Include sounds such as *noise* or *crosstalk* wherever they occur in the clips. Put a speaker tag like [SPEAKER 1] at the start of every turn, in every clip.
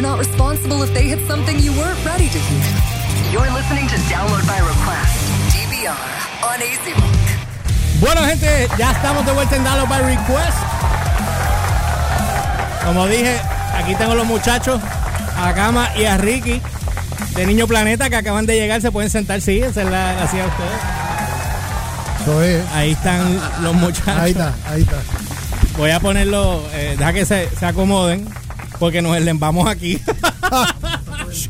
[SPEAKER 1] not responsible if they hit something you weren't ready to hear.
[SPEAKER 2] You're listening to Download by Request, DBR, on Easy Rock.
[SPEAKER 3] Bueno, gente, ya estamos de vuelta en Download by Request. Como dije, aquí tengo los muchachos, a Gama y a Ricky, de Niño Planeta, que acaban de llegar. Se pueden sentar, sí, esa es la hacía ustedes.
[SPEAKER 4] Eso es.
[SPEAKER 3] Ahí están los muchachos.
[SPEAKER 4] Ahí está, ahí está.
[SPEAKER 3] Voy a ponerlo, eh, deja que se, se acomoden, porque nos enlembamos aquí.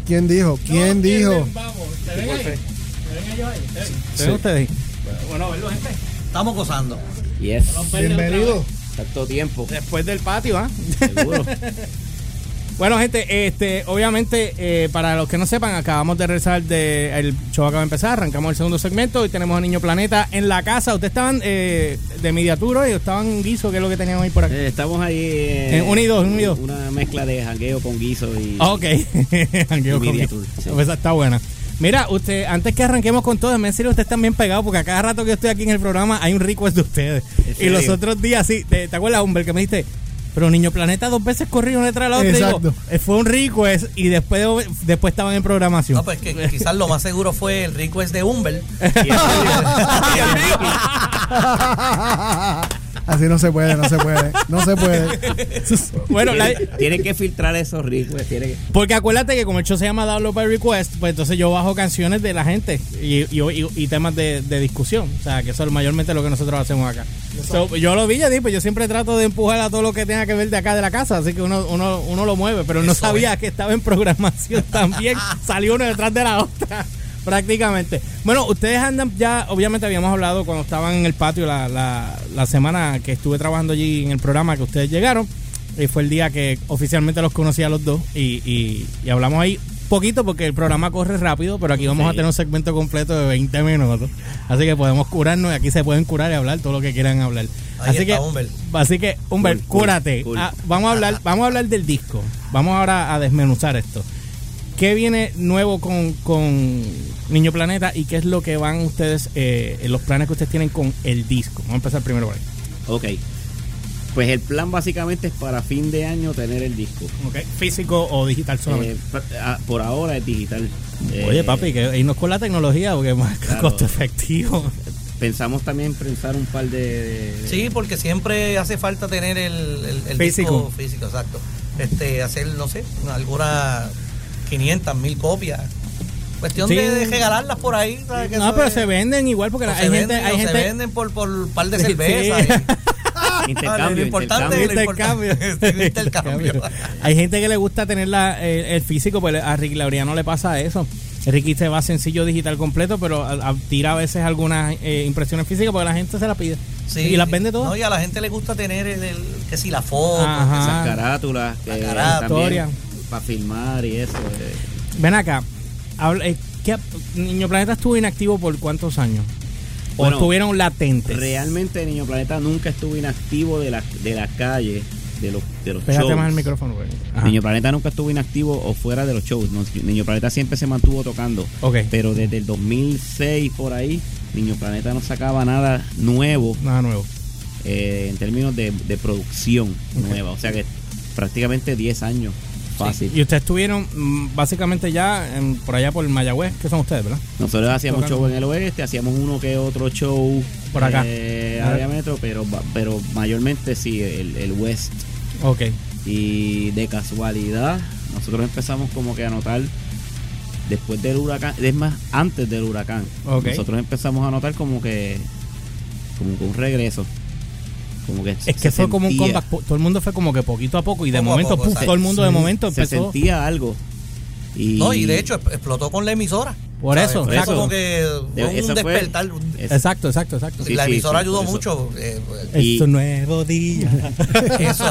[SPEAKER 4] ¿Quién dijo?
[SPEAKER 3] *laughs*
[SPEAKER 4] ¿Quién
[SPEAKER 3] No,
[SPEAKER 4] dijo?
[SPEAKER 3] enlembamos. ¿Se ven ahí? ¿Se ven ellos ahí? ¿Se ven ustedes ahí? Bueno, a verlo, gente.
[SPEAKER 5] Estamos gozando.
[SPEAKER 6] Yes.
[SPEAKER 3] Verlo otra
[SPEAKER 4] Bienvenido.
[SPEAKER 6] Tanto tiempo.
[SPEAKER 3] Después del patio, ¿ah?
[SPEAKER 6] Seguro.
[SPEAKER 3] *laughs* Bueno, gente, este, obviamente, eh, para los que no sepan, acabamos de rezar de. El show acaba de empezar, arrancamos el segundo segmento y tenemos a Niño Planeta en la casa. Ustedes estaban eh, de Mediaturo y estaban en guiso, que es lo que tenían ahí por aquí.
[SPEAKER 6] Eh, Estamos ahí.
[SPEAKER 3] Eh,
[SPEAKER 6] Eh,
[SPEAKER 3] unidos, unidos.
[SPEAKER 6] Una mezcla de jangueo con guiso y.
[SPEAKER 5] Oh,
[SPEAKER 3] Ah, ok. *laughs* Jangueo con- Pues
[SPEAKER 6] Mediatur, sí.
[SPEAKER 3] Esa está buena. Mira, usted, antes que arranquemos con todo, en serio, ustedes están bien pegados porque a cada rato que yo estoy aquí en el programa hay un request de ustedes.
[SPEAKER 6] ¿En
[SPEAKER 3] Y
[SPEAKER 6] serio?
[SPEAKER 3] los otros días, sí, ¿te, te acuerdas, Humber, que me dijiste? Pero Niño Planeta dos veces corrido una detrás de la otra. Y digo,
[SPEAKER 4] Exacto.
[SPEAKER 3] eh, fue un request y después, después estaban en programación.
[SPEAKER 5] No, pues que quizás lo más seguro fue el request de Humber.
[SPEAKER 6] *laughs*
[SPEAKER 3] *laughs*
[SPEAKER 6] Y el tuyo.
[SPEAKER 4] *laughs* Así no se puede, no se puede. No se puede.
[SPEAKER 3] Pues, bueno, la-
[SPEAKER 6] Tienen- tienen que filtrar esos ricos. Tienen que.
[SPEAKER 3] porque acuérdate que como el show se llama Download by Request, pues entonces yo bajo canciones de la gente y, y- y- y temas de, de discusión. O sea, que eso es mayormente lo que nosotros hacemos acá. So, yo lo vi, ya dije, pues yo siempre trato de empujar a todo lo que tenga que ver de acá de la casa, así que uno, uno, uno lo mueve, pero no
[SPEAKER 5] Eso
[SPEAKER 3] sabía que estaba en programación también. Salió uno detrás de la otra. *laughs* Prácticamente. Bueno, ustedes andan ya, obviamente habíamos hablado cuando estaban en el patio la, la- la semana que estuve trabajando allí en el programa que ustedes llegaron. Y fue el día que oficialmente los conocí a los dos y, y- y hablamos ahí poquito porque el programa corre rápido, pero aquí vamos a tener un segmento completo de 20 minutos. Así que podemos curarnos y aquí se pueden curar y hablar todo lo que quieran hablar.
[SPEAKER 5] Ahí
[SPEAKER 3] así,
[SPEAKER 5] está,
[SPEAKER 3] que,
[SPEAKER 5] Humbert.
[SPEAKER 3] así que, Humbert,
[SPEAKER 6] Cool, cool,
[SPEAKER 3] cúrate.
[SPEAKER 6] cool.
[SPEAKER 3] Ah, vamos, a hablar, vamos a hablar del disco. Vamos ahora a desmenuzar esto. ¿Qué viene nuevo con, con Niño Planeta y qué es lo que van ustedes, eh, los planes que ustedes tienen con el disco? Vamos a empezar primero por ahí.
[SPEAKER 6] Ok. Pues el plan básicamente es para fin de año tener el disco.
[SPEAKER 3] Físico o digital solamente.
[SPEAKER 6] Eh, pa- ah, por ahora es digital. Eh,
[SPEAKER 3] Oye, papi, que irnos con la tecnología porque *laughs* es más
[SPEAKER 6] Claro.
[SPEAKER 3] costo
[SPEAKER 5] *laughs*
[SPEAKER 3] efectivo.
[SPEAKER 6] Pensamos también pensar un par de. de-
[SPEAKER 5] Sí, porque siempre hace falta tener el, el- el
[SPEAKER 3] Físico.
[SPEAKER 5] disco físico, exacto. Este, hacer, no sé, algunas 500, 1000 copias. Cuestión
[SPEAKER 3] Sí.
[SPEAKER 5] de regalarlas por ahí. ¿sabes? Que
[SPEAKER 3] No,
[SPEAKER 5] eso
[SPEAKER 3] pero
[SPEAKER 5] es-
[SPEAKER 3] se venden igual porque
[SPEAKER 5] o
[SPEAKER 3] hay
[SPEAKER 5] se
[SPEAKER 3] gente.
[SPEAKER 5] venden,
[SPEAKER 3] hay
[SPEAKER 5] o
[SPEAKER 3] gente
[SPEAKER 5] se venden por, por un par
[SPEAKER 3] *laughs*
[SPEAKER 5] de
[SPEAKER 3] Sí.
[SPEAKER 5] cervezas.
[SPEAKER 6] Intercambio,
[SPEAKER 5] *laughs* lo importante
[SPEAKER 6] intercambio.
[SPEAKER 5] es lo *laughs* importante.
[SPEAKER 3] Intercambio. *laughs*
[SPEAKER 5] Intercambio.
[SPEAKER 3] Hay gente que le gusta tener la, el, el físico, pues a Ricky Lauría no le pasa eso. Ricky se va sencillo digital completo, pero a- a- tira a veces algunas eh, impresiones físicas porque la gente se las pide. *laughs*
[SPEAKER 5] Sí.
[SPEAKER 3] y las vende Ah.
[SPEAKER 5] No,
[SPEAKER 3] todas.
[SPEAKER 5] y a la gente le gusta tener el, el- que si la foto.
[SPEAKER 3] Ajá.
[SPEAKER 6] Esas carátulas.
[SPEAKER 5] La
[SPEAKER 6] eh,
[SPEAKER 5] carátula.
[SPEAKER 3] Historia.
[SPEAKER 6] también Para filmar y eso. eh.
[SPEAKER 3] Ven acá. habla- eh, ¿qué- Niño Planeta estuvo inactivo por cuántos años? ¿O
[SPEAKER 6] Bueno,
[SPEAKER 3] estuvieron latentes?
[SPEAKER 6] Realmente Niño Planeta nunca estuvo inactivo de la, de la calle, de los, de los
[SPEAKER 3] Pégate
[SPEAKER 6] shows.
[SPEAKER 3] más el micrófono, güey. Ajá.
[SPEAKER 6] Niño Planeta nunca estuvo inactivo o fuera de los shows. No, Niño Planeta siempre se mantuvo tocando.
[SPEAKER 3] Ok.
[SPEAKER 6] Pero desde el 2006 por ahí, Niño Planeta no sacaba nada nuevo
[SPEAKER 3] Nada nuevo.
[SPEAKER 6] eh, en términos de, de producción nueva. O sea que prácticamente 10 años. Fácil.
[SPEAKER 3] Y ustedes estuvieron mm, básicamente ya en- por allá por Mayagüez, que son ustedes, ¿verdad?
[SPEAKER 6] Nosotros hacíamos
[SPEAKER 3] Tocando.
[SPEAKER 6] show en el oeste, hacíamos uno que otro show
[SPEAKER 3] Por acá.
[SPEAKER 6] eh,
[SPEAKER 3] Ah.
[SPEAKER 6] área metro, pero, ba- pero mayormente sí, el, el west.
[SPEAKER 3] Ok.
[SPEAKER 6] Y de casualidad, nosotros empezamos como que a notar después del huracán, es más, antes del huracán.
[SPEAKER 3] Ok.
[SPEAKER 6] Nosotros empezamos a notar como que como que un regreso. Como que
[SPEAKER 3] Es que fue como un comeback, po- todo el mundo fue como que poquito a poco y de
[SPEAKER 5] Poco a
[SPEAKER 3] momento,
[SPEAKER 5] poco,
[SPEAKER 3] puf,
[SPEAKER 5] exacto.
[SPEAKER 3] todo el mundo de momento
[SPEAKER 6] se
[SPEAKER 3] empezó.
[SPEAKER 6] sentía algo. Y,
[SPEAKER 5] No, y de hecho exp- explotó con la emisora.
[SPEAKER 3] Por eso,
[SPEAKER 5] Fue
[SPEAKER 3] exacto.
[SPEAKER 5] como que
[SPEAKER 6] De-
[SPEAKER 5] fue un
[SPEAKER 6] eso fue-
[SPEAKER 5] despertar. un-
[SPEAKER 6] es-
[SPEAKER 3] Exacto, exacto, exacto.
[SPEAKER 6] Sí,
[SPEAKER 5] la
[SPEAKER 6] sí,
[SPEAKER 5] emisora
[SPEAKER 6] sí,
[SPEAKER 5] ayudó
[SPEAKER 6] por eso.
[SPEAKER 5] mucho. eh,
[SPEAKER 3] Es
[SPEAKER 6] Y-
[SPEAKER 3] tu nuevo día.
[SPEAKER 6] *laughs*
[SPEAKER 5] eso.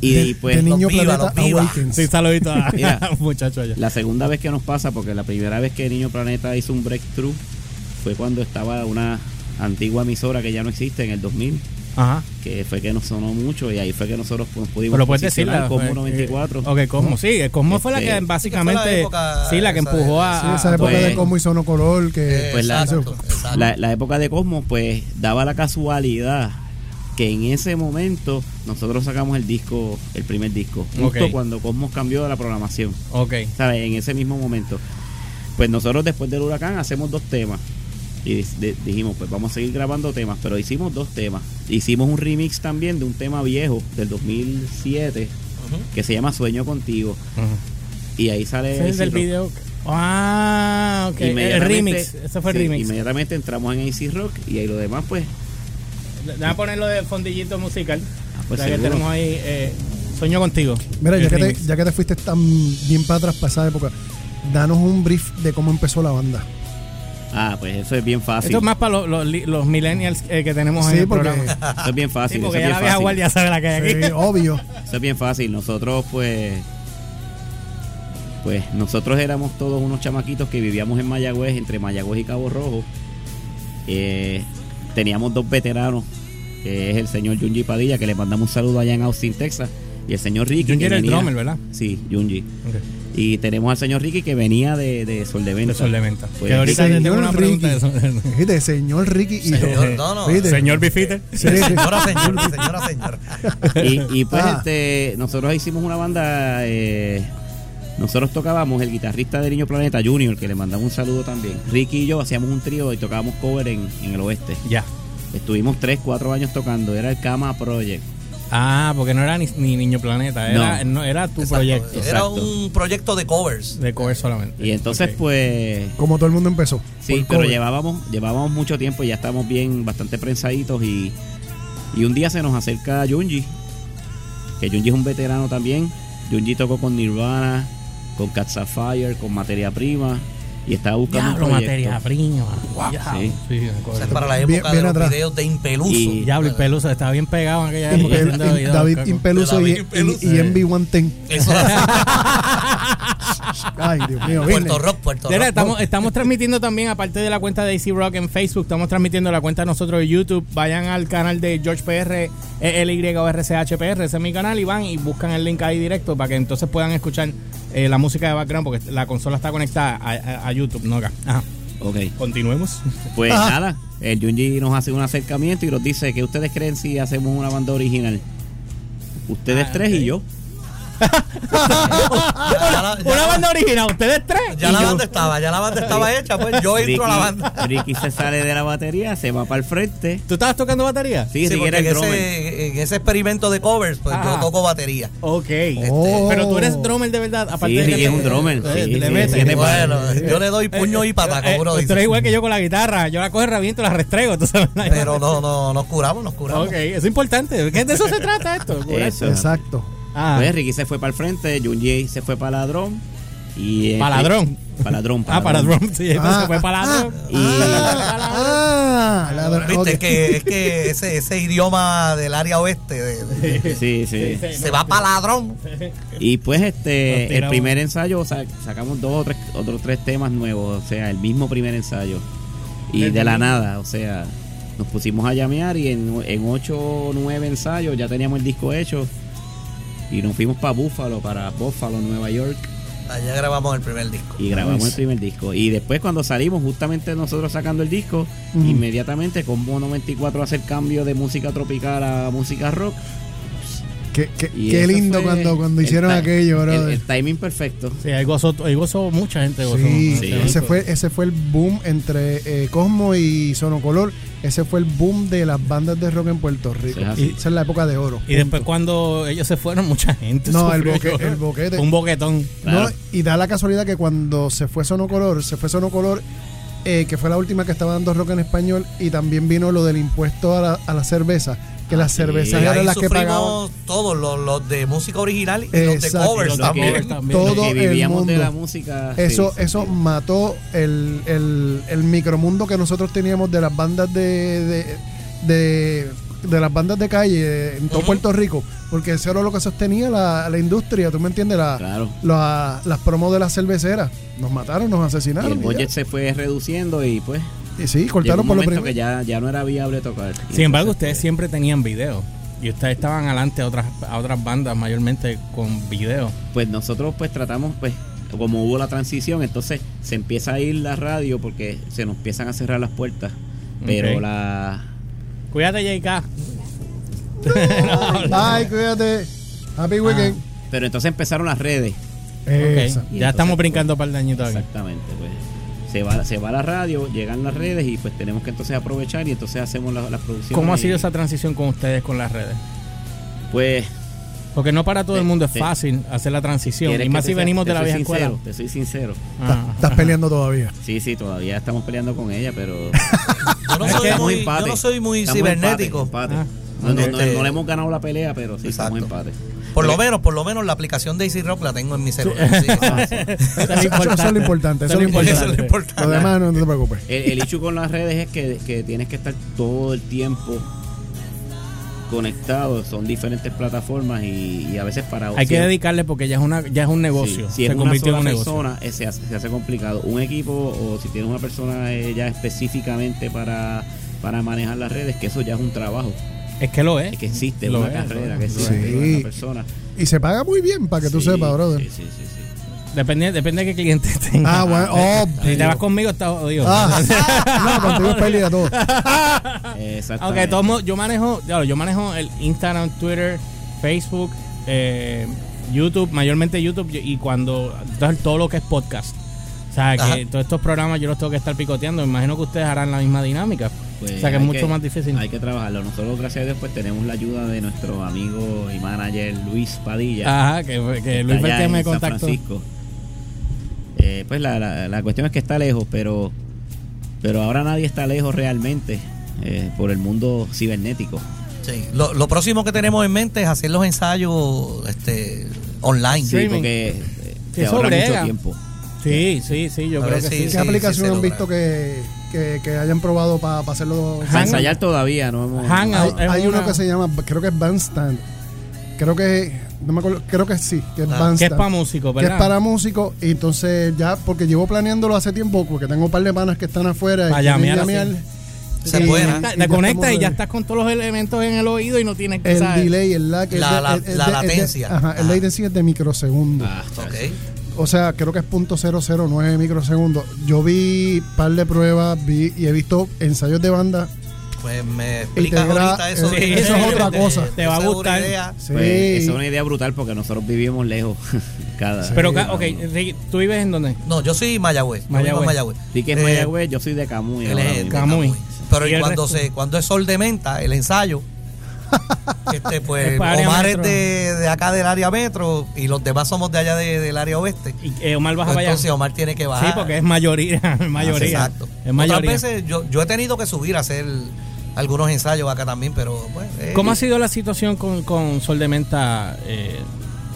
[SPEAKER 6] y,
[SPEAKER 4] De-
[SPEAKER 6] y pues
[SPEAKER 4] de niño
[SPEAKER 5] los viva,
[SPEAKER 4] planeta
[SPEAKER 5] los viva.
[SPEAKER 4] Awakens.
[SPEAKER 3] sí, saludito a
[SPEAKER 6] Mira.
[SPEAKER 3] a un *laughs* muchacho allá.
[SPEAKER 6] La segunda vez que nos pasa, porque la primera vez que Niño Planeta hizo un breakthrough fue cuando estaba una antigua emisora que ya no existe en el 2000,
[SPEAKER 3] Ajá.
[SPEAKER 6] que fue que nos sonó mucho y ahí fue que nosotros pues, pudimos
[SPEAKER 3] Pero puedes
[SPEAKER 6] posicionar
[SPEAKER 3] decirla.
[SPEAKER 6] como
[SPEAKER 3] eh,
[SPEAKER 6] 94.
[SPEAKER 3] Ok, Cosmo, sí. el Cosmo fue la
[SPEAKER 6] Este,
[SPEAKER 3] que
[SPEAKER 5] Sí, que
[SPEAKER 3] básicamente.
[SPEAKER 5] fue la época
[SPEAKER 3] Sí, la que
[SPEAKER 5] esa de-
[SPEAKER 3] empujó a.
[SPEAKER 4] Sí, esa
[SPEAKER 3] a-
[SPEAKER 4] época
[SPEAKER 6] pues-
[SPEAKER 4] de Como y Sono Color que
[SPEAKER 3] Eh,
[SPEAKER 6] pues la-
[SPEAKER 5] Exacto, exacto.
[SPEAKER 6] La, la época de Cosmos pues daba la casualidad que en ese momento nosotros sacamos el disco, el primer disco, justo
[SPEAKER 3] Ok.
[SPEAKER 6] cuando Cosmos cambió la programación,
[SPEAKER 3] Ok.
[SPEAKER 6] ¿sabes? En ese mismo momento. Pues nosotros después del huracán hacemos dos temas. Y dis- di- dijimos, pues vamos a seguir grabando temas, pero hicimos dos temas. Hicimos un remix también de un tema viejo del 2007
[SPEAKER 5] Ujú.
[SPEAKER 6] que se llama Sueño Contigo. Y ahí sale...
[SPEAKER 3] Ese es el
[SPEAKER 6] Isidro.
[SPEAKER 3] video. Ah, ok. El
[SPEAKER 6] Inmediatamente-
[SPEAKER 3] remix. Ese fue el
[SPEAKER 6] sí,
[SPEAKER 3] remix.
[SPEAKER 6] Inmediatamente entramos en AC Rock y ahí lo demás, pues.
[SPEAKER 3] Déjame ponerlo de fondillito musical.
[SPEAKER 6] Ah, pues
[SPEAKER 3] ya que
[SPEAKER 6] seguro.
[SPEAKER 3] tenemos ahí eh, Sueño contigo.
[SPEAKER 4] Mira,
[SPEAKER 3] El
[SPEAKER 4] ya que, te,
[SPEAKER 3] remix.
[SPEAKER 4] ya que te fuiste tan bien para atrás, para esa época, danos un brief de cómo empezó la banda.
[SPEAKER 6] Ah, pues eso es bien fácil.
[SPEAKER 3] Esto es más para los, los, li- los millennials eh, que tenemos en
[SPEAKER 4] Sí,
[SPEAKER 3] el
[SPEAKER 4] porque *laughs*
[SPEAKER 3] programa.
[SPEAKER 6] Eso es bien fácil.
[SPEAKER 3] Sí,
[SPEAKER 6] eso
[SPEAKER 3] porque
[SPEAKER 6] Ah, es
[SPEAKER 3] ya
[SPEAKER 6] bien
[SPEAKER 3] la vieja
[SPEAKER 6] fácil.
[SPEAKER 3] guardia sabe la que *laughs* hay aquí.
[SPEAKER 4] sí, obvio.
[SPEAKER 6] Eso es bien fácil. Nosotros, pues. Pues nosotros éramos todos unos chamaquitos que vivíamos en Mayagüez, entre Mayagüez y Cabo Rojo. Eh, teníamos dos veteranos, que es el señor Junji Padilla, que le mandamos un saludo allá en Austin, Texas, y el señor Ricky.
[SPEAKER 3] Junji
[SPEAKER 6] que
[SPEAKER 3] era el
[SPEAKER 6] venía-
[SPEAKER 3] drummer, ¿verdad?
[SPEAKER 6] Sí, Junji. Y tenemos al señor Ricky que venía de, de Sol de Venta.
[SPEAKER 3] De Sol de Venta.
[SPEAKER 6] Pues,
[SPEAKER 3] Que ahorita
[SPEAKER 6] Ricky-
[SPEAKER 3] yo tengo una
[SPEAKER 4] Señor Ricky.
[SPEAKER 3] pregunta de eso.
[SPEAKER 4] *laughs* Dijiste, señor Ricky y
[SPEAKER 5] Señor, no, no.
[SPEAKER 4] ¿Viste?
[SPEAKER 3] Señor Bifite.
[SPEAKER 4] Sí, sí.
[SPEAKER 5] Señora, señor, señora, señor.
[SPEAKER 6] y, y pues
[SPEAKER 4] Ah.
[SPEAKER 6] este, nosotros hicimos una banda, eh, nosotros tocábamos el guitarrista de Niño Planeta Junior, que le mandamos un saludo también. Ricky y yo hacíamos un trío y tocábamos cover en, en el oeste.
[SPEAKER 3] Ya.
[SPEAKER 6] Estuvimos 3, 4 años tocando, era el Kama Project.
[SPEAKER 3] Ah, porque no era ni, ni Niño Planeta, era, no.
[SPEAKER 6] No.
[SPEAKER 3] era tu
[SPEAKER 5] Exacto.
[SPEAKER 3] proyecto
[SPEAKER 5] Era
[SPEAKER 6] Exacto.
[SPEAKER 5] un proyecto de covers.
[SPEAKER 3] de cover solamente.
[SPEAKER 6] Y entonces
[SPEAKER 3] Ok.
[SPEAKER 6] pues...
[SPEAKER 4] Como todo el mundo empezó.
[SPEAKER 6] Sí,
[SPEAKER 4] por
[SPEAKER 6] pero
[SPEAKER 4] cover.
[SPEAKER 6] llevábamos, llevábamos mucho tiempo y ya estábamos bien, bastante prensaditos y, y un día se nos acerca Junji, que Junji es un veterano también. Junji tocó con Nirvana, con Cat Sapphire, con Materia Prima y estaba buscando
[SPEAKER 3] Diablo,
[SPEAKER 6] un proyecto.
[SPEAKER 3] materia prima. Diablo.
[SPEAKER 6] Sí.
[SPEAKER 3] Sí, de
[SPEAKER 5] O sea,
[SPEAKER 3] cover.
[SPEAKER 5] es para la
[SPEAKER 4] Bien-
[SPEAKER 5] época
[SPEAKER 4] bien
[SPEAKER 5] de los
[SPEAKER 4] atrás.
[SPEAKER 5] videos de Impeluso.
[SPEAKER 6] Y-
[SPEAKER 3] Diablo, y Peluso estaba bien pegado en aquella época.
[SPEAKER 4] Impel-
[SPEAKER 3] haciendo videos,
[SPEAKER 4] eh, David
[SPEAKER 3] caco.
[SPEAKER 4] Impeluso y,
[SPEAKER 5] David
[SPEAKER 4] y,
[SPEAKER 5] Impeluso.
[SPEAKER 4] y MB110.
[SPEAKER 5] Eso es
[SPEAKER 4] Ay, Dios mío, ¿viste?
[SPEAKER 5] Puerto Rock, Puerto
[SPEAKER 3] Mira,
[SPEAKER 5] Rock.
[SPEAKER 3] estamos, estamos transmitiendo también, aparte de la cuenta de AC Rock en Facebook, estamos transmitiendo la cuenta de nosotros de YouTube. Vayan al canal de George E PR, LYORCHPR, ese es mi canal, y van y buscan el link ahí directo para que entonces puedan escuchar eh, la música de background, porque la consola está conectada a, a- a YouTube, no acá. Ajá.
[SPEAKER 6] Ok,
[SPEAKER 3] Continuemos.
[SPEAKER 6] pues
[SPEAKER 3] Ah.
[SPEAKER 6] nada, el Junji nos hace un acercamiento y nos dice que ustedes creen si hacemos una banda original. Ustedes
[SPEAKER 3] Ah,
[SPEAKER 6] tres
[SPEAKER 3] ok.
[SPEAKER 6] y yo.
[SPEAKER 5] Ah, Ya
[SPEAKER 3] *laughs*
[SPEAKER 5] la- ya
[SPEAKER 3] Una
[SPEAKER 5] la-
[SPEAKER 3] banda original, ustedes tres.
[SPEAKER 5] Ya
[SPEAKER 3] y
[SPEAKER 5] la
[SPEAKER 3] yo.
[SPEAKER 5] banda estaba, ya la banda estaba hecha, pues yo entro a la banda.
[SPEAKER 6] Ricky se sale de la batería, se va para el frente.
[SPEAKER 3] ¿Tú estabas tocando batería?
[SPEAKER 6] Sí,
[SPEAKER 5] Sí,
[SPEAKER 6] Ricky
[SPEAKER 5] porque
[SPEAKER 6] era
[SPEAKER 5] en
[SPEAKER 6] el drummer.
[SPEAKER 5] ese, en ese experimento de covers, pues
[SPEAKER 3] Ajá.
[SPEAKER 5] yo toco batería.
[SPEAKER 3] Ok.
[SPEAKER 4] Oh.
[SPEAKER 3] Pero tú eres drummer de verdad, aparte
[SPEAKER 6] Sí,
[SPEAKER 3] de
[SPEAKER 6] Ricky
[SPEAKER 3] que
[SPEAKER 6] es
[SPEAKER 3] te-
[SPEAKER 6] un drummer.
[SPEAKER 3] eh,
[SPEAKER 6] sí,
[SPEAKER 3] le
[SPEAKER 6] sí,
[SPEAKER 3] metes.
[SPEAKER 6] sí, tiene pa-
[SPEAKER 5] Bueno, yo le doy puño y pataco,
[SPEAKER 3] Eh,
[SPEAKER 5] bro.
[SPEAKER 3] tú
[SPEAKER 5] dice.
[SPEAKER 3] eres igual que yo con la guitarra. Yo la cojo reviento, la restrego, tú sabes.
[SPEAKER 5] Pero no, no, nos curamos, nos curamos.
[SPEAKER 3] Ok, eso es importante. ¿Qué de eso se trata
[SPEAKER 4] *laughs*
[SPEAKER 3] esto?
[SPEAKER 6] Eso.
[SPEAKER 4] Exacto.
[SPEAKER 3] Ah,
[SPEAKER 6] Pues Ricky se fue para el frente, Junji se fue para ladrón. Y, eh,
[SPEAKER 3] ¿Para
[SPEAKER 6] *laughs*
[SPEAKER 3] ladrón?
[SPEAKER 6] Paladrón.
[SPEAKER 3] ah, para drum. Sí, entonces fue para la drum.
[SPEAKER 6] Y
[SPEAKER 4] Ah, ladrón,
[SPEAKER 5] Viste,
[SPEAKER 4] ok.
[SPEAKER 5] es que, es que ese, ese idioma del área oeste de- de-
[SPEAKER 3] *laughs*
[SPEAKER 6] sí, sí.
[SPEAKER 5] se va para ladrón.
[SPEAKER 6] Y pues
[SPEAKER 3] Nos
[SPEAKER 6] este, el
[SPEAKER 3] tiramos.
[SPEAKER 6] primer ensayo sa- sacamos dos o tres, otros tres temas nuevos, o sea, el mismo primer ensayo. Y
[SPEAKER 3] El
[SPEAKER 6] de la
[SPEAKER 3] mismo.
[SPEAKER 6] nada, o sea, nos pusimos a llamear y en, en ocho o nueve ensayos ya teníamos el disco hecho. Y nos fuimos para Buffalo, para Buffalo, Nueva York.
[SPEAKER 5] Allá grabamos el primer disco.
[SPEAKER 6] Y grabamos el primer disco. Y después cuando salimos, justamente nosotros sacando el disco, inmediatamente Combo 94 hace el cambio de música tropical a música rock.
[SPEAKER 4] Qué, qué-
[SPEAKER 6] Y
[SPEAKER 4] qué
[SPEAKER 6] eso
[SPEAKER 4] lindo
[SPEAKER 6] fue
[SPEAKER 4] cuando, cuando
[SPEAKER 6] el
[SPEAKER 4] hicieron
[SPEAKER 6] ti-
[SPEAKER 4] aquello,
[SPEAKER 6] el-
[SPEAKER 4] bro.
[SPEAKER 6] El, timing perfecto.
[SPEAKER 3] Sí, ahí gozó, ahí gozó mucha gente. Gozó,
[SPEAKER 4] Sí,
[SPEAKER 6] Sí.
[SPEAKER 4] ese fue, ese fue el boom entre eh, Cosmo y Sonocolor. Ese fue el boom de las bandas de rock en Puerto Rico.
[SPEAKER 6] Eso es así.
[SPEAKER 4] Esa es la época de oro.
[SPEAKER 3] Y después cuando ellos se fueron, mucha gente.
[SPEAKER 4] No, el
[SPEAKER 3] sufrió.
[SPEAKER 4] boque- el boquete.
[SPEAKER 3] Un boquetón.
[SPEAKER 6] Claro.
[SPEAKER 4] No, y da la casualidad que cuando se fue Sonocolor, se fue Sonocolor, eh, que fue la última que estaba dando rock en español, y también vino lo del impuesto a la, a la cerveza, que las
[SPEAKER 6] Ah, sí.
[SPEAKER 4] cervezas
[SPEAKER 5] Y
[SPEAKER 4] eran
[SPEAKER 5] ahí
[SPEAKER 4] las que pagaban.
[SPEAKER 5] sufrimos todos, los, los de música original y los de
[SPEAKER 4] Exacto.
[SPEAKER 5] covers
[SPEAKER 3] Y los de covers
[SPEAKER 5] también.
[SPEAKER 3] también.
[SPEAKER 6] Los
[SPEAKER 4] Todo
[SPEAKER 6] que
[SPEAKER 4] el
[SPEAKER 6] vivíamos de
[SPEAKER 4] mundo.
[SPEAKER 6] la música. Ah, sí,
[SPEAKER 4] Eso,
[SPEAKER 6] sí,
[SPEAKER 4] eso
[SPEAKER 6] sí.
[SPEAKER 4] mató el, el- el micromundo que nosotros teníamos de las bandas de, de, de- de las bandas de calle en todo Puerto Rico, porque eso era lo que sostenía la, la industria, ¿tú me entiendes? La-
[SPEAKER 6] Claro.
[SPEAKER 4] la- las promos de las cerveceras. Nos mataron, nos
[SPEAKER 6] Y el
[SPEAKER 4] asesinaron. y
[SPEAKER 6] budget
[SPEAKER 4] ya.
[SPEAKER 6] se fue reduciendo y pues
[SPEAKER 4] Y sí,
[SPEAKER 6] llegó
[SPEAKER 4] ah, cortaron
[SPEAKER 6] un
[SPEAKER 4] por lo
[SPEAKER 6] momento que
[SPEAKER 4] primero.
[SPEAKER 6] ya, ya no era viable tocar. Y
[SPEAKER 3] Sin embargo,
[SPEAKER 4] eh,
[SPEAKER 6] entonces,
[SPEAKER 3] ustedes siempre tenían video. Y ustedes estaban adelante a otras, a otras bandas, mayormente con video.
[SPEAKER 6] pues nosotros pues tratamos pues como hubo la transición entonces se empieza a ir la radio porque se nos empiezan a cerrar las puertas pero
[SPEAKER 3] Ok.
[SPEAKER 6] la
[SPEAKER 3] Cuídate, JK.
[SPEAKER 4] Bye, cuídate. Happy weekend.
[SPEAKER 6] Pero entonces empezaron las redes.
[SPEAKER 4] Esa.
[SPEAKER 3] Ok,
[SPEAKER 6] Y
[SPEAKER 3] Ya estamos
[SPEAKER 6] entonces, pues,
[SPEAKER 3] brincando para el dañito aquí.
[SPEAKER 6] Exactamente, pues. Se va, se va la radio, llegan las redes y pues tenemos que entonces aprovechar y entonces hacemos la- las producciones.
[SPEAKER 3] ¿Cómo ha
[SPEAKER 6] y-
[SPEAKER 3] sido esa transición con ustedes con las redes?
[SPEAKER 6] Pues
[SPEAKER 3] Porque no para todo el mundo es
[SPEAKER 6] Te- te-
[SPEAKER 3] fácil hacer la transición.
[SPEAKER 6] ¿Quieres
[SPEAKER 3] Y
[SPEAKER 6] que
[SPEAKER 3] más
[SPEAKER 6] te
[SPEAKER 3] si
[SPEAKER 6] sea-
[SPEAKER 3] venimos
[SPEAKER 6] te
[SPEAKER 3] de la
[SPEAKER 6] soy
[SPEAKER 3] vieja
[SPEAKER 6] sincero,
[SPEAKER 3] escuela.
[SPEAKER 6] Te soy sincero.
[SPEAKER 3] Ah,
[SPEAKER 4] Estás peleando todavía.
[SPEAKER 6] Sí, sí, todavía estamos peleando con ella,
[SPEAKER 3] *laughs*
[SPEAKER 6] pero.
[SPEAKER 5] Yo no
[SPEAKER 3] Es que
[SPEAKER 5] soy
[SPEAKER 3] es
[SPEAKER 6] estamos
[SPEAKER 5] muy,
[SPEAKER 6] empate.
[SPEAKER 5] yo no soy muy
[SPEAKER 6] Estamos
[SPEAKER 5] cibernético.
[SPEAKER 6] empate, empate.
[SPEAKER 3] Ah.
[SPEAKER 6] No, no, no,
[SPEAKER 5] Este-
[SPEAKER 6] no le hemos ganado la pelea, pero sí, estamos
[SPEAKER 5] Exacto.
[SPEAKER 6] empate.
[SPEAKER 5] Por lo menos, por lo menos la aplicación de Easy Rock la tengo en mi celular. sí.
[SPEAKER 3] eso es lo
[SPEAKER 4] Eso- eso es lo importante, eso es lo
[SPEAKER 5] Eso es lo importante.
[SPEAKER 4] Lo demás no, no te preocupes.
[SPEAKER 6] El, el issue con las redes es que, que tienes que estar todo el tiempo conectado. Son diferentes plataformas y, y a veces para.
[SPEAKER 3] Hay que
[SPEAKER 6] si-
[SPEAKER 3] dedicarle porque ya es una ya es un negocio.
[SPEAKER 6] Sí, si
[SPEAKER 3] se
[SPEAKER 6] es una
[SPEAKER 3] convirtió en
[SPEAKER 6] sola
[SPEAKER 3] un negocio.
[SPEAKER 6] persona, eh, se, hace, se hace complicado. Un equipo o si tienes una persona eh, ya específicamente para, para manejar las redes, que eso ya es un trabajo.
[SPEAKER 3] Es que lo es.
[SPEAKER 6] Es que existe
[SPEAKER 3] Lo
[SPEAKER 6] una
[SPEAKER 3] es,
[SPEAKER 6] carrera,
[SPEAKER 3] lo
[SPEAKER 6] que
[SPEAKER 3] es.
[SPEAKER 6] existe
[SPEAKER 4] Sí.
[SPEAKER 6] una persona.
[SPEAKER 4] Y se paga muy bien, para que tú
[SPEAKER 6] Sí,
[SPEAKER 4] sepas, brother.
[SPEAKER 6] Sí, sí, sí, sí.
[SPEAKER 3] Depende, depende de qué cliente *laughs* tengas.
[SPEAKER 4] Ah, bueno, oh,
[SPEAKER 3] si te vas conmigo, estás jodido.
[SPEAKER 4] Ah, no, contigo es pelea todo.
[SPEAKER 6] Exactamente.
[SPEAKER 3] Aunque todo mo- yo manejo, claro, yo manejo el Instagram, Twitter, Facebook, eh, YouTube, mayormente YouTube yo- y cuando entonces todo lo que es podcast. O sea, que
[SPEAKER 5] Ajá.
[SPEAKER 3] todos estos programas yo los tengo que estar picoteando. Me imagino que ustedes harán la misma dinámica.
[SPEAKER 6] Pues
[SPEAKER 3] o sea, que es
[SPEAKER 6] hay
[SPEAKER 3] mucho más difícil.
[SPEAKER 6] Hay que trabajarlo. Nosotros, gracias a Dios, pues tenemos la ayuda de nuestro amigo y manager Luis Padilla.
[SPEAKER 3] Ajá, que, que Ah, Luis
[SPEAKER 6] está allá
[SPEAKER 3] Vélez
[SPEAKER 6] en
[SPEAKER 3] me
[SPEAKER 6] San
[SPEAKER 3] contactó.
[SPEAKER 6] Francisco. Eh, pues la, la- la cuestión es que está lejos, pero, pero ahora nadie está lejos realmente eh, por el mundo cibernético.
[SPEAKER 5] Sí. Lo, lo próximo que tenemos en mente es hacer los ensayos este, online.
[SPEAKER 6] Sí,
[SPEAKER 3] Streaming.
[SPEAKER 6] porque eh, te
[SPEAKER 3] Eso
[SPEAKER 6] ahorra
[SPEAKER 3] brega.
[SPEAKER 6] mucho tiempo.
[SPEAKER 3] Sí, sí, sí, yo
[SPEAKER 5] A
[SPEAKER 3] creo
[SPEAKER 5] ver
[SPEAKER 3] que
[SPEAKER 5] si-
[SPEAKER 3] sí.
[SPEAKER 4] ¿Qué
[SPEAKER 5] sí,
[SPEAKER 4] aplicación
[SPEAKER 5] se
[SPEAKER 4] han
[SPEAKER 5] logra.
[SPEAKER 4] visto que, que, que hayan probado para hacerlo?
[SPEAKER 6] Para ensayar todavía no hemos... pues,
[SPEAKER 4] Hay,
[SPEAKER 3] Hangout. Es
[SPEAKER 4] hay uno
[SPEAKER 3] una-
[SPEAKER 4] que se llama, creo que es Bandstand. Creo que, no me acuerdo, creo que sí, que es
[SPEAKER 5] Ah.
[SPEAKER 4] Bandstand.
[SPEAKER 3] Que es para músicos,
[SPEAKER 4] que es
[SPEAKER 3] ¿verdad?
[SPEAKER 4] para músicos y entonces ya porque llevo planeándolo hace tiempo porque tengo un par de panas que están afuera
[SPEAKER 3] Pa'
[SPEAKER 4] y quieren
[SPEAKER 3] llamear así.
[SPEAKER 5] Se
[SPEAKER 4] Y-
[SPEAKER 5] puede, ¿no?
[SPEAKER 4] y
[SPEAKER 3] Te-
[SPEAKER 4] ya
[SPEAKER 3] Te conectas y
[SPEAKER 4] estamos
[SPEAKER 3] ya
[SPEAKER 4] de-
[SPEAKER 3] estás con todos los elementos en el oído y no tienes que
[SPEAKER 4] el
[SPEAKER 3] saber.
[SPEAKER 4] delay el lag el
[SPEAKER 5] La-
[SPEAKER 4] de-
[SPEAKER 5] la-
[SPEAKER 4] el- el
[SPEAKER 5] la
[SPEAKER 4] de- el de-
[SPEAKER 5] latencia. Ah.
[SPEAKER 4] ajá, el
[SPEAKER 5] Ajá.
[SPEAKER 4] latency es de microsegundos
[SPEAKER 6] Ah, chacho.
[SPEAKER 5] Ok.
[SPEAKER 4] o sea creo que es punto microsegundos yo vi par de pruebas vi y he visto ensayos de banda
[SPEAKER 5] Pues me
[SPEAKER 4] te
[SPEAKER 5] explicas
[SPEAKER 4] gra-
[SPEAKER 5] ahorita eso.
[SPEAKER 3] Sí, eso es otra
[SPEAKER 4] cosa.
[SPEAKER 5] de-
[SPEAKER 3] Te va a
[SPEAKER 5] esa es una
[SPEAKER 3] gustar.
[SPEAKER 5] idea.
[SPEAKER 4] sí
[SPEAKER 6] Pues, Esa
[SPEAKER 4] *laughs*
[SPEAKER 6] es una idea brutal porque nosotros vivimos lejos. *laughs* cada,
[SPEAKER 3] Pero,
[SPEAKER 6] cada
[SPEAKER 3] ca- ok,
[SPEAKER 6] uno.
[SPEAKER 3] Ricky, ¿tú vives en dónde?
[SPEAKER 5] No, yo soy Mayagüez. yo
[SPEAKER 3] Mayagüez.
[SPEAKER 5] vivo en Mayagüez.
[SPEAKER 6] Así que es
[SPEAKER 5] Eh,
[SPEAKER 6] Mayagüez, yo soy de Camuy.
[SPEAKER 5] él
[SPEAKER 6] ahora
[SPEAKER 5] es de
[SPEAKER 6] mismo.
[SPEAKER 3] Camuy.
[SPEAKER 5] Pero
[SPEAKER 3] Y el
[SPEAKER 5] y cuando,
[SPEAKER 3] resto-
[SPEAKER 5] se, cuando es sol de menta,
[SPEAKER 3] *laughs*
[SPEAKER 5] el ensayo, este,
[SPEAKER 3] Es
[SPEAKER 5] pues
[SPEAKER 3] para área
[SPEAKER 5] Omar es
[SPEAKER 3] metro.
[SPEAKER 5] de, de acá del área metro y los demás somos de allá de- del área oeste.
[SPEAKER 3] Y, eh, Omar baja
[SPEAKER 5] Pues
[SPEAKER 3] para allá.
[SPEAKER 5] entonces Omar tiene que bajar. Ah,
[SPEAKER 3] Sí, porque es mayoría. *laughs* es mayoría.
[SPEAKER 5] Exacto.
[SPEAKER 3] Es mayoría.
[SPEAKER 5] Otras veces yo, yo he tenido que subir a hacer algunos ensayos acá también, pero pues... eh,
[SPEAKER 3] ¿Cómo ha sido la situación con, con Sol de Menta eh,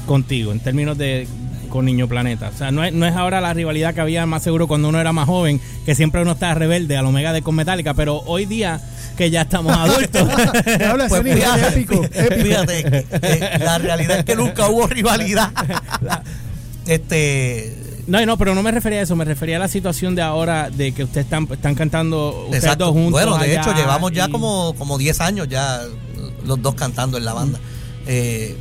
[SPEAKER 3] contigo en términos de con Niño Planeta? O sea, no es, no es ahora la rivalidad que había más seguro cuando uno era más joven, que siempre uno estaba rebelde a la Omega de con Metallica, pero hoy día que ya
[SPEAKER 5] *laughs*
[SPEAKER 3] estamos adultos.
[SPEAKER 4] Me habla
[SPEAKER 5] Pues
[SPEAKER 4] ese nivel
[SPEAKER 5] fíjate,
[SPEAKER 4] épico, épico.
[SPEAKER 5] *laughs* fíjate, eh, la realidad es que nunca
[SPEAKER 3] *laughs*
[SPEAKER 5] hubo rivalidad. este,
[SPEAKER 3] No, no, pero no me refería a eso, me refería a la situación de ahora de que ustedes están, están cantando ustedes
[SPEAKER 5] exacto.
[SPEAKER 3] dos juntos.
[SPEAKER 5] bueno, de
[SPEAKER 3] allá
[SPEAKER 5] hecho, llevamos ya
[SPEAKER 3] y-
[SPEAKER 5] como, como 10 años ya los dos cantando en la banda. Eh,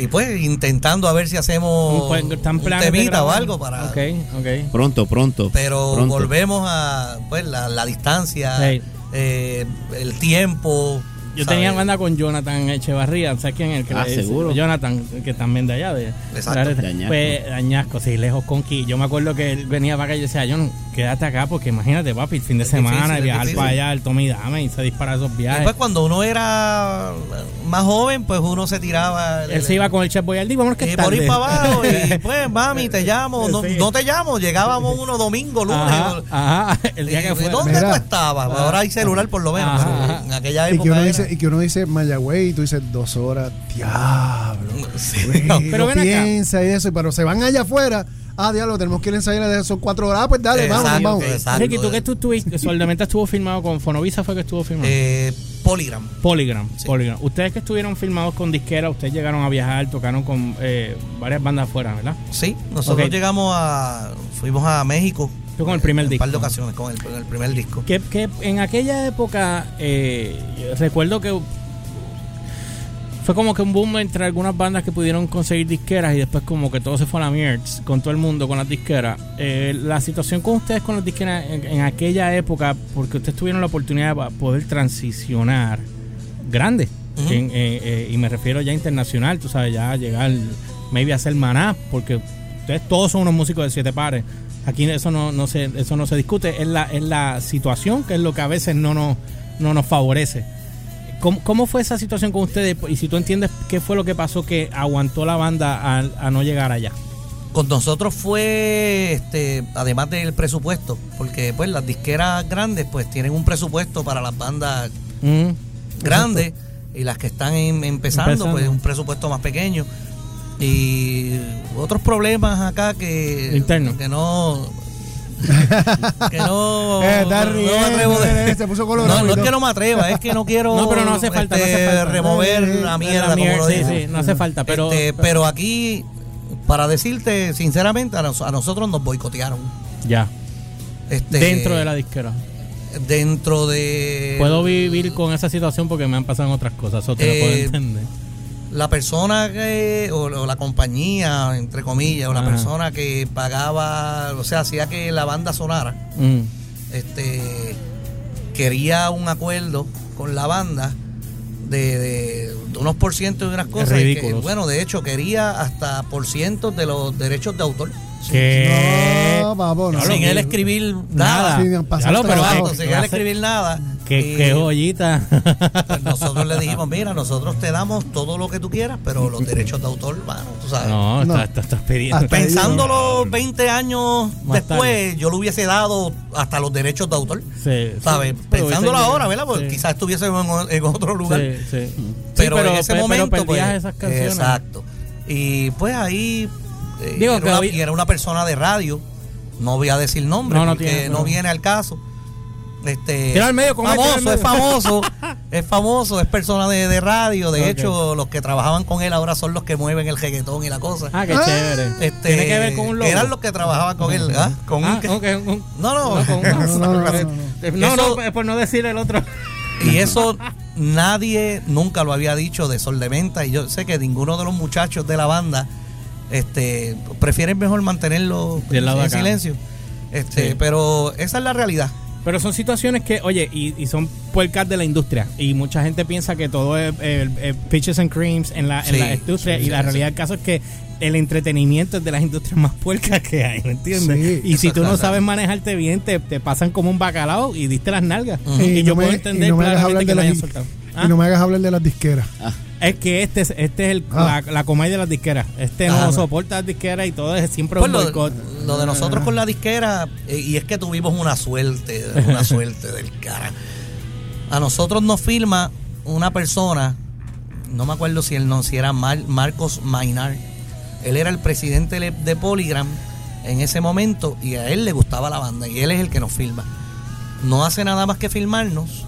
[SPEAKER 5] y pues intentando a ver si hacemos
[SPEAKER 3] un- pues, están
[SPEAKER 5] un
[SPEAKER 3] planes de
[SPEAKER 5] temita o
[SPEAKER 3] grabar.
[SPEAKER 5] algo para...
[SPEAKER 3] Ok, ok.
[SPEAKER 6] Pronto, pronto.
[SPEAKER 5] Pero
[SPEAKER 6] pronto.
[SPEAKER 5] volvemos a pues, la, la distancia,
[SPEAKER 3] Sí.
[SPEAKER 5] eh, el tiempo.
[SPEAKER 3] Yo
[SPEAKER 5] ¿sabes?
[SPEAKER 3] tenía banda con Jonathan Echevarría, ¿sabes quién es el que
[SPEAKER 6] Ah,
[SPEAKER 3] le dice?
[SPEAKER 6] seguro.
[SPEAKER 3] Jonathan, que también de allá. De,
[SPEAKER 5] Exacto,
[SPEAKER 6] de Añasco.
[SPEAKER 3] Pues Añasco, sí, lejos con Ki. Yo me acuerdo que él venía para acá y yo decía, John, quédate acá porque imagínate, papi, el fin de
[SPEAKER 5] Es
[SPEAKER 3] semana
[SPEAKER 5] difícil,
[SPEAKER 3] y
[SPEAKER 5] es
[SPEAKER 3] viajar
[SPEAKER 5] difícil.
[SPEAKER 3] para allá, el Tommy Dame y se dispara esos viajes.
[SPEAKER 5] Después cuando uno era más joven, pues uno se tiraba.
[SPEAKER 3] él se iba con el Chef Boyardee, vámonos que
[SPEAKER 5] eh,
[SPEAKER 3] *laughs* es
[SPEAKER 5] por ir
[SPEAKER 3] tarde.
[SPEAKER 5] para abajo y pues mami te llamo no, no te llamo llegábamos uno domingo lunes
[SPEAKER 3] Ajá, ajá, el día
[SPEAKER 5] Eh,
[SPEAKER 3] que fue.
[SPEAKER 5] ¿dónde
[SPEAKER 4] Mira.
[SPEAKER 5] tú estabas? Pues ahora hay celular por lo menos
[SPEAKER 3] Ajá,
[SPEAKER 5] pero
[SPEAKER 3] ajá.
[SPEAKER 5] en aquella
[SPEAKER 4] y
[SPEAKER 5] época
[SPEAKER 4] que uno
[SPEAKER 5] era-
[SPEAKER 4] dice y que uno dice Mayagüey y tú dices dos horas
[SPEAKER 5] *laughs*
[SPEAKER 4] diablo
[SPEAKER 5] Sí.
[SPEAKER 3] Pero
[SPEAKER 4] *laughs* pero
[SPEAKER 3] ven acá.
[SPEAKER 4] piensa y eso pero se van allá afuera ah diablo tenemos que ir a ensayar de esos cuatro horas Ah, pues dale vamos
[SPEAKER 5] Exacto,
[SPEAKER 4] vamos
[SPEAKER 5] exacto.
[SPEAKER 3] Ricky, tú que tú estuviste,
[SPEAKER 5] *laughs*
[SPEAKER 3] solamente estuvo filmado con Fonovisa, fue que estuvo filmado.
[SPEAKER 5] Eh, Polygram
[SPEAKER 3] Polygram,
[SPEAKER 5] Sí.
[SPEAKER 3] Polygram. Ustedes que estuvieron filmados con disquera, ustedes llegaron a viajar, tocaron con eh, varias bandas afuera, ¿verdad?
[SPEAKER 5] sí nosotros
[SPEAKER 3] Ok.
[SPEAKER 5] llegamos a fuimos a México
[SPEAKER 3] Fue con el primer
[SPEAKER 5] en un par de
[SPEAKER 3] disco.
[SPEAKER 5] ocasiones con el, con el primer disco
[SPEAKER 3] Que, que en aquella época, eh, recuerdo que fue como que un boom entre algunas bandas que pudieron conseguir disqueras y después como que todo se fue a la mierda con todo el mundo, con las disqueras. Eh, la situación con ustedes con las disqueras en, en aquella época, porque ustedes tuvieron la oportunidad de pa- poder transicionar grande.
[SPEAKER 5] Ujú.
[SPEAKER 3] en- eh, eh, y me refiero ya internacional, tú sabes, ya llegar, maybe a ser maná, porque ustedes todos son unos músicos de siete pares. Aquí eso no, no se, eso no se discute, es la, es la situación que es lo que a veces no nos, no nos favorece. ¿Cómo, cómo fue esa situación con ustedes? Y si tú entiendes qué fue lo que pasó que aguantó la banda a, a no llegar allá.
[SPEAKER 5] Con nosotros fue, este, además del presupuesto, porque pues las disqueras grandes pues tienen un presupuesto para las bandas
[SPEAKER 3] Mm.
[SPEAKER 5] grandes y las que están em- empezando,
[SPEAKER 3] Empezando.
[SPEAKER 5] pues un presupuesto más pequeño y otros problemas acá que
[SPEAKER 3] Interno.
[SPEAKER 5] que no
[SPEAKER 3] *laughs*
[SPEAKER 5] que no,
[SPEAKER 4] Eh, está
[SPEAKER 5] no
[SPEAKER 4] riendo, eh, se puso colorado
[SPEAKER 5] no, no
[SPEAKER 4] y
[SPEAKER 5] es que
[SPEAKER 4] todo.
[SPEAKER 5] no me atreva es que no quiero
[SPEAKER 3] No, pero no hace falta, no hace
[SPEAKER 5] este,
[SPEAKER 3] falta.
[SPEAKER 5] remover
[SPEAKER 4] Eh, eh,
[SPEAKER 5] la
[SPEAKER 4] la
[SPEAKER 5] mierda,
[SPEAKER 3] La
[SPEAKER 5] como
[SPEAKER 3] mierda,
[SPEAKER 5] lo
[SPEAKER 3] sí,
[SPEAKER 5] dicen.
[SPEAKER 3] sí, no hace falta, pero...
[SPEAKER 5] Este, Pero, aquí, para decirte sinceramente, a, nos- a nosotros nos boicotearon.
[SPEAKER 3] ya,
[SPEAKER 5] Este,
[SPEAKER 3] dentro de la disquera.
[SPEAKER 5] Dentro de.
[SPEAKER 3] Puedo vivir con esa situación porque me han pasado otras cosas, eso te lo puedo
[SPEAKER 5] Eh,
[SPEAKER 3] entender.
[SPEAKER 5] La persona que. O, o la compañía, entre comillas, o la
[SPEAKER 3] Ajá.
[SPEAKER 5] persona que pagaba. O sea, hacía que la banda sonara.
[SPEAKER 3] Mm.
[SPEAKER 5] Este. Quería un acuerdo con la banda de, de- de unos por ciento de unas cosas. y que,
[SPEAKER 3] ridículos.
[SPEAKER 5] bueno, de hecho, quería hasta por ciento de los derechos de autor.
[SPEAKER 3] ¿Qué?
[SPEAKER 4] No, papo, no.
[SPEAKER 3] Diablo,
[SPEAKER 5] sin
[SPEAKER 3] que-
[SPEAKER 5] él escribir nada.
[SPEAKER 4] Sí, pasar
[SPEAKER 3] Diablo, pero
[SPEAKER 5] trabajo,
[SPEAKER 3] qué-
[SPEAKER 5] sin
[SPEAKER 3] qué
[SPEAKER 5] él
[SPEAKER 3] hace-
[SPEAKER 5] escribir nada.
[SPEAKER 3] ¿Qué,
[SPEAKER 5] Y,
[SPEAKER 3] qué joyita.
[SPEAKER 5] *laughs* pues, nosotros le dijimos, mira, nosotros te damos todo lo que tú quieras, pero los derechos de autor, mano, tú sabes.
[SPEAKER 3] no,
[SPEAKER 4] No.
[SPEAKER 3] Estás, estás- estás pidiendo.
[SPEAKER 4] Hasta-
[SPEAKER 5] Pensándolo 20 años
[SPEAKER 3] Más
[SPEAKER 5] después,
[SPEAKER 3] tarde.
[SPEAKER 5] yo le hubiese dado hasta los derechos de autor.
[SPEAKER 3] Sí, sí.
[SPEAKER 5] ¿Sabes?
[SPEAKER 3] Pero
[SPEAKER 5] Pensándolo
[SPEAKER 3] hubiese-
[SPEAKER 5] ahora, ¿verdad? Porque
[SPEAKER 3] sí.
[SPEAKER 5] quizás estuviese en, en otro lugar.
[SPEAKER 3] Sí, sí.
[SPEAKER 5] Pero,
[SPEAKER 3] Sí,
[SPEAKER 5] en ese
[SPEAKER 3] pe- pero
[SPEAKER 5] momento.
[SPEAKER 3] perdías
[SPEAKER 5] pues,
[SPEAKER 3] esas canciones.
[SPEAKER 5] Exacto. Y pues ahí. eh,
[SPEAKER 3] Digo
[SPEAKER 5] era,
[SPEAKER 3] que
[SPEAKER 5] una,
[SPEAKER 3] hoy-
[SPEAKER 5] y era una persona de radio. No voy a decir nombre
[SPEAKER 3] No, no
[SPEAKER 5] porque
[SPEAKER 3] tiene-
[SPEAKER 5] no
[SPEAKER 3] no.
[SPEAKER 5] viene al caso. Este,
[SPEAKER 3] Tira al medio con él,
[SPEAKER 5] famoso,
[SPEAKER 3] tira al *laughs*
[SPEAKER 5] es famoso, es famoso, es persona de, de radio. De
[SPEAKER 3] Ok.
[SPEAKER 5] hecho, los que trabajaban con él ahora son los que mueven el reggaetón y la cosa.
[SPEAKER 3] Ah, qué
[SPEAKER 4] Ah,
[SPEAKER 3] chévere.
[SPEAKER 5] Este,
[SPEAKER 3] Tiene que ver con un logo.
[SPEAKER 5] Eran los que trabajaban con él, ¿ah? Con un
[SPEAKER 3] Ah,
[SPEAKER 5] que-
[SPEAKER 3] ok, un-
[SPEAKER 5] No, no. *laughs*
[SPEAKER 3] con un-
[SPEAKER 4] No, no, no, no, no.
[SPEAKER 5] Mm.
[SPEAKER 3] No, no,
[SPEAKER 5] Eso-
[SPEAKER 3] es por no decir el otro.
[SPEAKER 5] Y eso nadie nunca lo había dicho de Sol de Menta. Y yo sé que ninguno de los muchachos de la banda este, prefieren mejor mantenerlo
[SPEAKER 3] Del lado de
[SPEAKER 5] en
[SPEAKER 3] acá.
[SPEAKER 5] silencio. Este,
[SPEAKER 3] Sí.
[SPEAKER 5] Pero esa es la realidad.
[SPEAKER 3] Pero son situaciones que, oye, y, y son puercas de la industria. Y mucha gente piensa que todo es eh, eh, pitches and creams en la, en
[SPEAKER 5] Sí,
[SPEAKER 3] la industria.
[SPEAKER 5] sí,
[SPEAKER 3] y
[SPEAKER 5] sí,
[SPEAKER 3] la
[SPEAKER 5] sí.
[SPEAKER 3] realidad del caso es que el entretenimiento es de las industrias más puercas que hay, ¿me entiendes?
[SPEAKER 4] Sí.
[SPEAKER 3] y si
[SPEAKER 5] Eso
[SPEAKER 3] tú
[SPEAKER 5] está
[SPEAKER 3] no
[SPEAKER 5] claro.
[SPEAKER 3] sabes manejarte bien, te, te pasan como un bacalao y diste las nalgas.
[SPEAKER 5] Ujú.
[SPEAKER 3] Y,
[SPEAKER 4] Y
[SPEAKER 3] yo
[SPEAKER 4] no me-
[SPEAKER 3] puedo entender
[SPEAKER 4] y no me hagas
[SPEAKER 3] claramente
[SPEAKER 4] hablar
[SPEAKER 3] que
[SPEAKER 4] de
[SPEAKER 3] lo
[SPEAKER 4] la
[SPEAKER 3] hayan
[SPEAKER 4] in-
[SPEAKER 3] soltado. Ah,
[SPEAKER 4] Y no me hagas hablar de las disqueras.
[SPEAKER 3] Es que este es, este es el,
[SPEAKER 4] Ah.
[SPEAKER 3] la, la comedia de las disqueras. Este
[SPEAKER 5] Ah,
[SPEAKER 3] no
[SPEAKER 5] no.
[SPEAKER 3] soporta las disqueras y todo es siempre
[SPEAKER 5] Pues
[SPEAKER 3] un
[SPEAKER 5] lo,
[SPEAKER 3] boicot.
[SPEAKER 5] lo de nosotros con la disquera, eh, y es que tuvimos una suerte,
[SPEAKER 3] *laughs*
[SPEAKER 5] una suerte del cara. A nosotros nos firma una persona, no me acuerdo si él no, si era Mar- Marcos Mainar. Él era el presidente le- de Polygram en ese momento y a él le gustaba la banda y él es el que nos firma. No hace nada más que filmarnos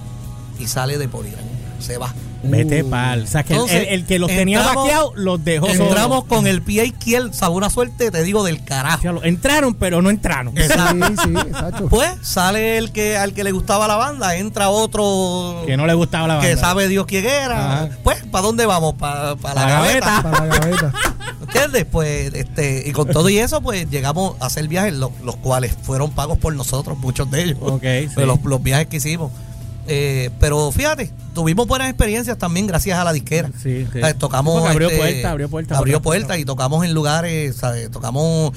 [SPEAKER 5] y sale de Polygram. Se va.
[SPEAKER 3] Vete
[SPEAKER 4] Uh.
[SPEAKER 3] pal. O sea, que el-
[SPEAKER 5] Entonces,
[SPEAKER 3] el, el que los tenía
[SPEAKER 5] entramos-
[SPEAKER 3] vaqueados los dejó solos.
[SPEAKER 5] Entramos con el pie izquierdo, o sea, una suerte, te digo, del carajo.
[SPEAKER 3] Ya lo- Entraron, pero no entraron.
[SPEAKER 5] Exacto.
[SPEAKER 4] Sí, sí, exacto.
[SPEAKER 5] Pues sale el que al que le gustaba la banda, entra otro
[SPEAKER 3] Que no le gustaba la banda.
[SPEAKER 5] que sabe Dios quién era.
[SPEAKER 3] Ajá.
[SPEAKER 5] Pues, ¿para dónde vamos? Para la,
[SPEAKER 3] La
[SPEAKER 5] gaveta.
[SPEAKER 3] gaveta.
[SPEAKER 4] Para la gaveta.
[SPEAKER 5] ¿Entiendes? Pues, este, y con todo y eso, pues llegamos a hacer viajes, lo- los cuales fueron pagos por nosotros, muchos de ellos.
[SPEAKER 3] Ok, sí.
[SPEAKER 5] Pero los, los viajes que hicimos. Eh, pero fíjate, tuvimos buenas experiencias también gracias a la disquera.
[SPEAKER 3] Sí, sí.
[SPEAKER 5] O sea, tocamos. este,
[SPEAKER 3] Porque abrió puerta, abrió puerta.
[SPEAKER 5] Abrió puerta y tocamos en lugares, ¿sabes? Tocamos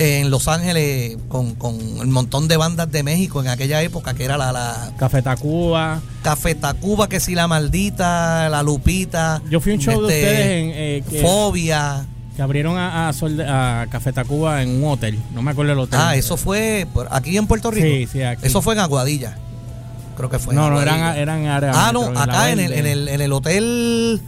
[SPEAKER 5] en Los Ángeles con, con un montón de bandas de México en aquella época, que era la, la
[SPEAKER 3] Café Tacuba.
[SPEAKER 5] Café Tacuba, que si la maldita, la Lupita.
[SPEAKER 3] Yo fui a un show de
[SPEAKER 5] este,
[SPEAKER 3] ustedes en, eh, que,
[SPEAKER 5] Fobia.
[SPEAKER 3] que abrieron a, a Sol de- a Café Tacuba en un hotel. No me acuerdo el hotel.
[SPEAKER 5] Ah, eso fue por- aquí en Puerto Rico.
[SPEAKER 3] Sí, sí, aquí.
[SPEAKER 5] Eso fue en Aguadilla. Creo que fue. en
[SPEAKER 3] No, no,
[SPEAKER 5] Aguadilla.
[SPEAKER 3] eran, eran áreas.
[SPEAKER 5] Ah, no,
[SPEAKER 3] metro, la
[SPEAKER 5] acá en el,
[SPEAKER 3] verde.
[SPEAKER 5] en, el, en el hotel.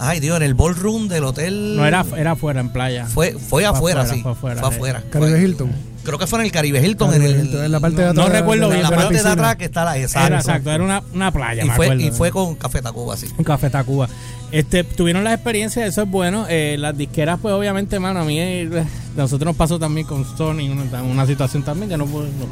[SPEAKER 5] Ay, Dios, en el ballroom del hotel.
[SPEAKER 3] No, era, era afuera, en playa.
[SPEAKER 5] Fue, fue afuera, sí. Fue afuera.
[SPEAKER 3] sí.
[SPEAKER 4] Caribe
[SPEAKER 5] Fue-
[SPEAKER 4] Hilton.
[SPEAKER 5] Creo que fue en el Caribe Hilton.
[SPEAKER 4] Caribe
[SPEAKER 5] en el-
[SPEAKER 4] Hilton, en la parte de
[SPEAKER 3] no-
[SPEAKER 4] atrás
[SPEAKER 3] no
[SPEAKER 4] de-
[SPEAKER 3] recuerdo
[SPEAKER 4] de
[SPEAKER 5] en
[SPEAKER 3] bien,
[SPEAKER 5] la
[SPEAKER 3] pero-
[SPEAKER 5] parte de
[SPEAKER 4] piscina.
[SPEAKER 5] atrás que está la
[SPEAKER 3] Era
[SPEAKER 5] exacto.
[SPEAKER 3] exacto, era una, una playa.
[SPEAKER 5] Y
[SPEAKER 3] me
[SPEAKER 5] fue,
[SPEAKER 3] acuerdo.
[SPEAKER 5] y fue con Café Tacuba, sí.
[SPEAKER 3] Un Café Tacuba. Este, tuvieron las experiencias, eso es bueno. Eh, las disqueras, pues obviamente, mano, a mí, eh, nosotros nos pasó también con Sony una, una situación también que no pude- nos
[SPEAKER 5] Eh.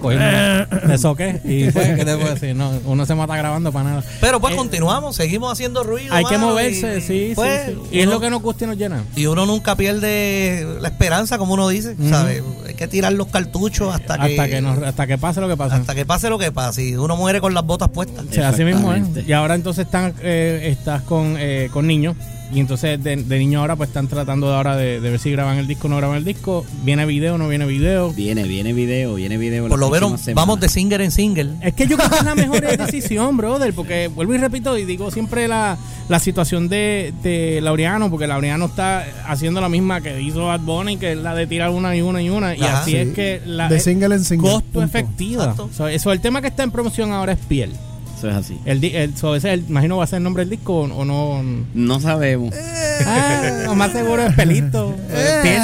[SPEAKER 3] cogimos de soque.
[SPEAKER 5] *laughs*
[SPEAKER 3] Y pues, ¿qué te puedo decir? No, uno se mata grabando para nada.
[SPEAKER 5] Pero pues
[SPEAKER 3] Eh,
[SPEAKER 5] continuamos, seguimos haciendo ruido.
[SPEAKER 3] Hay que
[SPEAKER 5] mano,
[SPEAKER 3] moverse,
[SPEAKER 5] y,
[SPEAKER 3] sí,
[SPEAKER 5] pues,
[SPEAKER 3] sí, sí. Y es
[SPEAKER 5] uno-
[SPEAKER 3] lo que nos gusta y nos llena.
[SPEAKER 5] Y uno nunca pierde la esperanza, como uno dice, ¿sabes? Hay que tirar los cartuchos hasta,
[SPEAKER 3] Hasta que, nos- hasta que pase lo que pasa.
[SPEAKER 5] hasta que pase lo que pase. Y uno muere con las botas puestas.
[SPEAKER 3] O sea, así mismo es.
[SPEAKER 6] Exactamente.
[SPEAKER 3] Y ahora entonces están, eh, estás con, eh, con niños. Y entonces de, de niño ahora pues están tratando de ahora de, de ver si graban el disco o no graban el disco. Viene video, no viene video.
[SPEAKER 6] Viene, viene video, viene video. la
[SPEAKER 5] Por lo
[SPEAKER 6] próxima
[SPEAKER 5] menos
[SPEAKER 6] semana.
[SPEAKER 5] vamos de singer en single.
[SPEAKER 3] Es que yo creo que es la
[SPEAKER 4] *laughs*
[SPEAKER 3] mejor decisión, brother, porque vuelvo y repito y digo siempre la, la situación de, de Laureano, porque Laureano está haciendo la misma que hizo Bad Bunny, que es la de tirar una y una y una, y
[SPEAKER 5] Ajá.
[SPEAKER 3] así
[SPEAKER 5] Sí.
[SPEAKER 3] es que la
[SPEAKER 4] De single en single,
[SPEAKER 3] costo
[SPEAKER 4] punto.
[SPEAKER 3] efectiva.
[SPEAKER 5] Exacto.
[SPEAKER 3] O sea, eso, el tema que está en promoción ahora es piel.
[SPEAKER 6] Eso es así.
[SPEAKER 3] El, di- el, so, ese es el- imagino va a ser el nombre del disco o, o no.
[SPEAKER 6] No sabemos.
[SPEAKER 3] Ah, *laughs* lo más seguro es pelito.
[SPEAKER 4] Eh,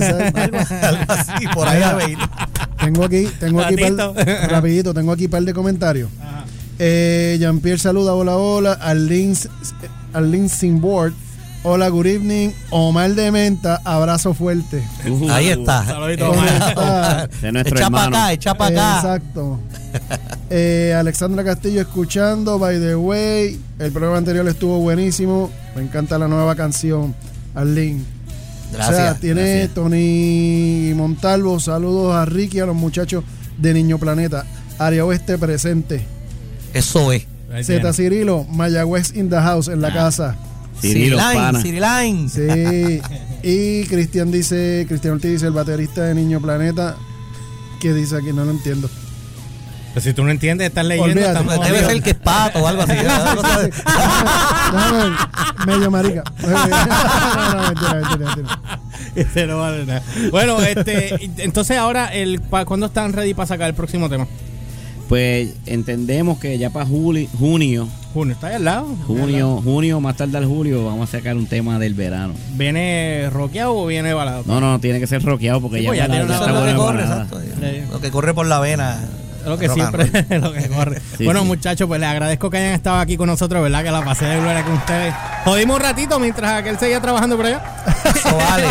[SPEAKER 4] exacto.
[SPEAKER 5] *laughs* Algo así, por ahí a ver.
[SPEAKER 4] Tengo aquí, tengo aquí
[SPEAKER 3] Ratito.
[SPEAKER 4] par- *laughs* rapidito, tengo aquí par de comentarios. Eh, Jean-Pierre saluda, hola, hola. Arlene, S- Arlene Sinboard, hola, good evening. Omar de Menta, abrazo fuerte.
[SPEAKER 6] Uh,
[SPEAKER 5] Eh, Ahí está.
[SPEAKER 3] Saludito,
[SPEAKER 4] Omar.
[SPEAKER 6] De nuestro
[SPEAKER 5] echa para
[SPEAKER 6] hermano.
[SPEAKER 5] acá, echa para acá.
[SPEAKER 4] Exacto. Eh, Alexandra Castillo escuchando, by the way. El programa anterior estuvo buenísimo. Me encanta la nueva canción, Arlene.
[SPEAKER 5] Gracias.
[SPEAKER 4] o sea, tiene
[SPEAKER 5] gracias.
[SPEAKER 4] Tony Montalvo, saludos a Ricky, a los muchachos de Niño Planeta, Área Oeste presente.
[SPEAKER 5] Eso
[SPEAKER 3] *laughs*
[SPEAKER 5] es.
[SPEAKER 3] Ahí tiene. Ah.
[SPEAKER 4] Z Cirilo, Mayagüez in the house, en la casa.
[SPEAKER 6] Cirilo, pana.
[SPEAKER 5] City Line.
[SPEAKER 4] Sí.
[SPEAKER 3] *laughs*
[SPEAKER 4] y Cristian dice, Cristian Ortiz dice, el baterista de Niño Planeta, que dice aquí, no lo
[SPEAKER 3] *laughs*
[SPEAKER 4] entiendo.
[SPEAKER 3] Pero si tú no entiendes, estás leyendo.
[SPEAKER 4] Olvídate.
[SPEAKER 3] estamos
[SPEAKER 5] Debe
[SPEAKER 3] jodidos.
[SPEAKER 5] ser que es pato o algo así.
[SPEAKER 4] Déjame ver,
[SPEAKER 3] *laughs*
[SPEAKER 4] medio marica. No, no, mentira, mentira, mentira.
[SPEAKER 3] *laughs* Ese no vale nada. Bueno, este, *laughs* entonces ahora, el, pa- ¿cuándo están ready para sacar el próximo tema?
[SPEAKER 6] Pues entendemos que ya para juli- junio,
[SPEAKER 3] Junio, está ahí al lado.
[SPEAKER 6] junio, junio, más tarde al julio, vamos a sacar un tema del verano.
[SPEAKER 3] ¿Viene roqueado o viene balado?
[SPEAKER 6] No, no, tiene que ser roqueado porque
[SPEAKER 3] Sí,
[SPEAKER 6] ya,
[SPEAKER 3] pues ya
[SPEAKER 6] ya
[SPEAKER 3] tiene una
[SPEAKER 6] está
[SPEAKER 3] banda
[SPEAKER 5] lo que
[SPEAKER 6] bueno de
[SPEAKER 5] corre,
[SPEAKER 6] balada.
[SPEAKER 5] exacto.
[SPEAKER 3] Sí.
[SPEAKER 5] Lo que corre por la vena.
[SPEAKER 3] Lo que
[SPEAKER 5] Rock and roll.
[SPEAKER 3] siempre, *laughs* lo que corre.
[SPEAKER 6] Sí,
[SPEAKER 3] bueno,
[SPEAKER 6] sí.
[SPEAKER 3] muchachos, pues les agradezco que hayan estado aquí con nosotros, ¿verdad? Que la pasé de gloria con ustedes. Jodimos un ratito mientras aquel seguía trabajando por allá.
[SPEAKER 5] *laughs* Eso Oh,
[SPEAKER 3] *laughs*
[SPEAKER 5] vale.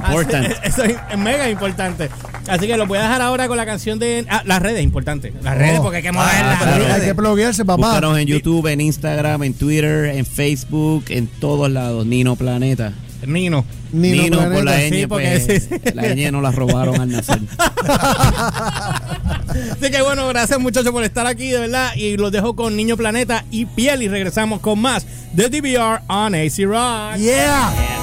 [SPEAKER 5] *laughs*
[SPEAKER 6] Important.
[SPEAKER 3] Así- Eso es es mega importante. Así que lo voy a dejar ahora con la canción de. Ah, las redes, importante. Las redes, porque hay que moverlas.
[SPEAKER 5] Oh. Ah, claro.
[SPEAKER 4] Hay- Hay que bloguearse, papá.
[SPEAKER 6] Búscanos en YouTube, en Instagram, en Twitter, en Facebook, en todos lados. Nino Planeta.
[SPEAKER 3] Nino.
[SPEAKER 4] Nino
[SPEAKER 6] Nino,
[SPEAKER 4] Planeta,
[SPEAKER 6] por la
[SPEAKER 3] sí,
[SPEAKER 6] ñ,
[SPEAKER 3] porque-
[SPEAKER 6] pues,
[SPEAKER 3] sí, sí.
[SPEAKER 6] la ñ no la robaron al nacer.
[SPEAKER 3] Así que bueno, gracias muchachos por estar aquí, de verdad. Y los dejo con Niño Planeta y Piel. Y regresamos con más de DVR on AC Rock.
[SPEAKER 4] Yeah.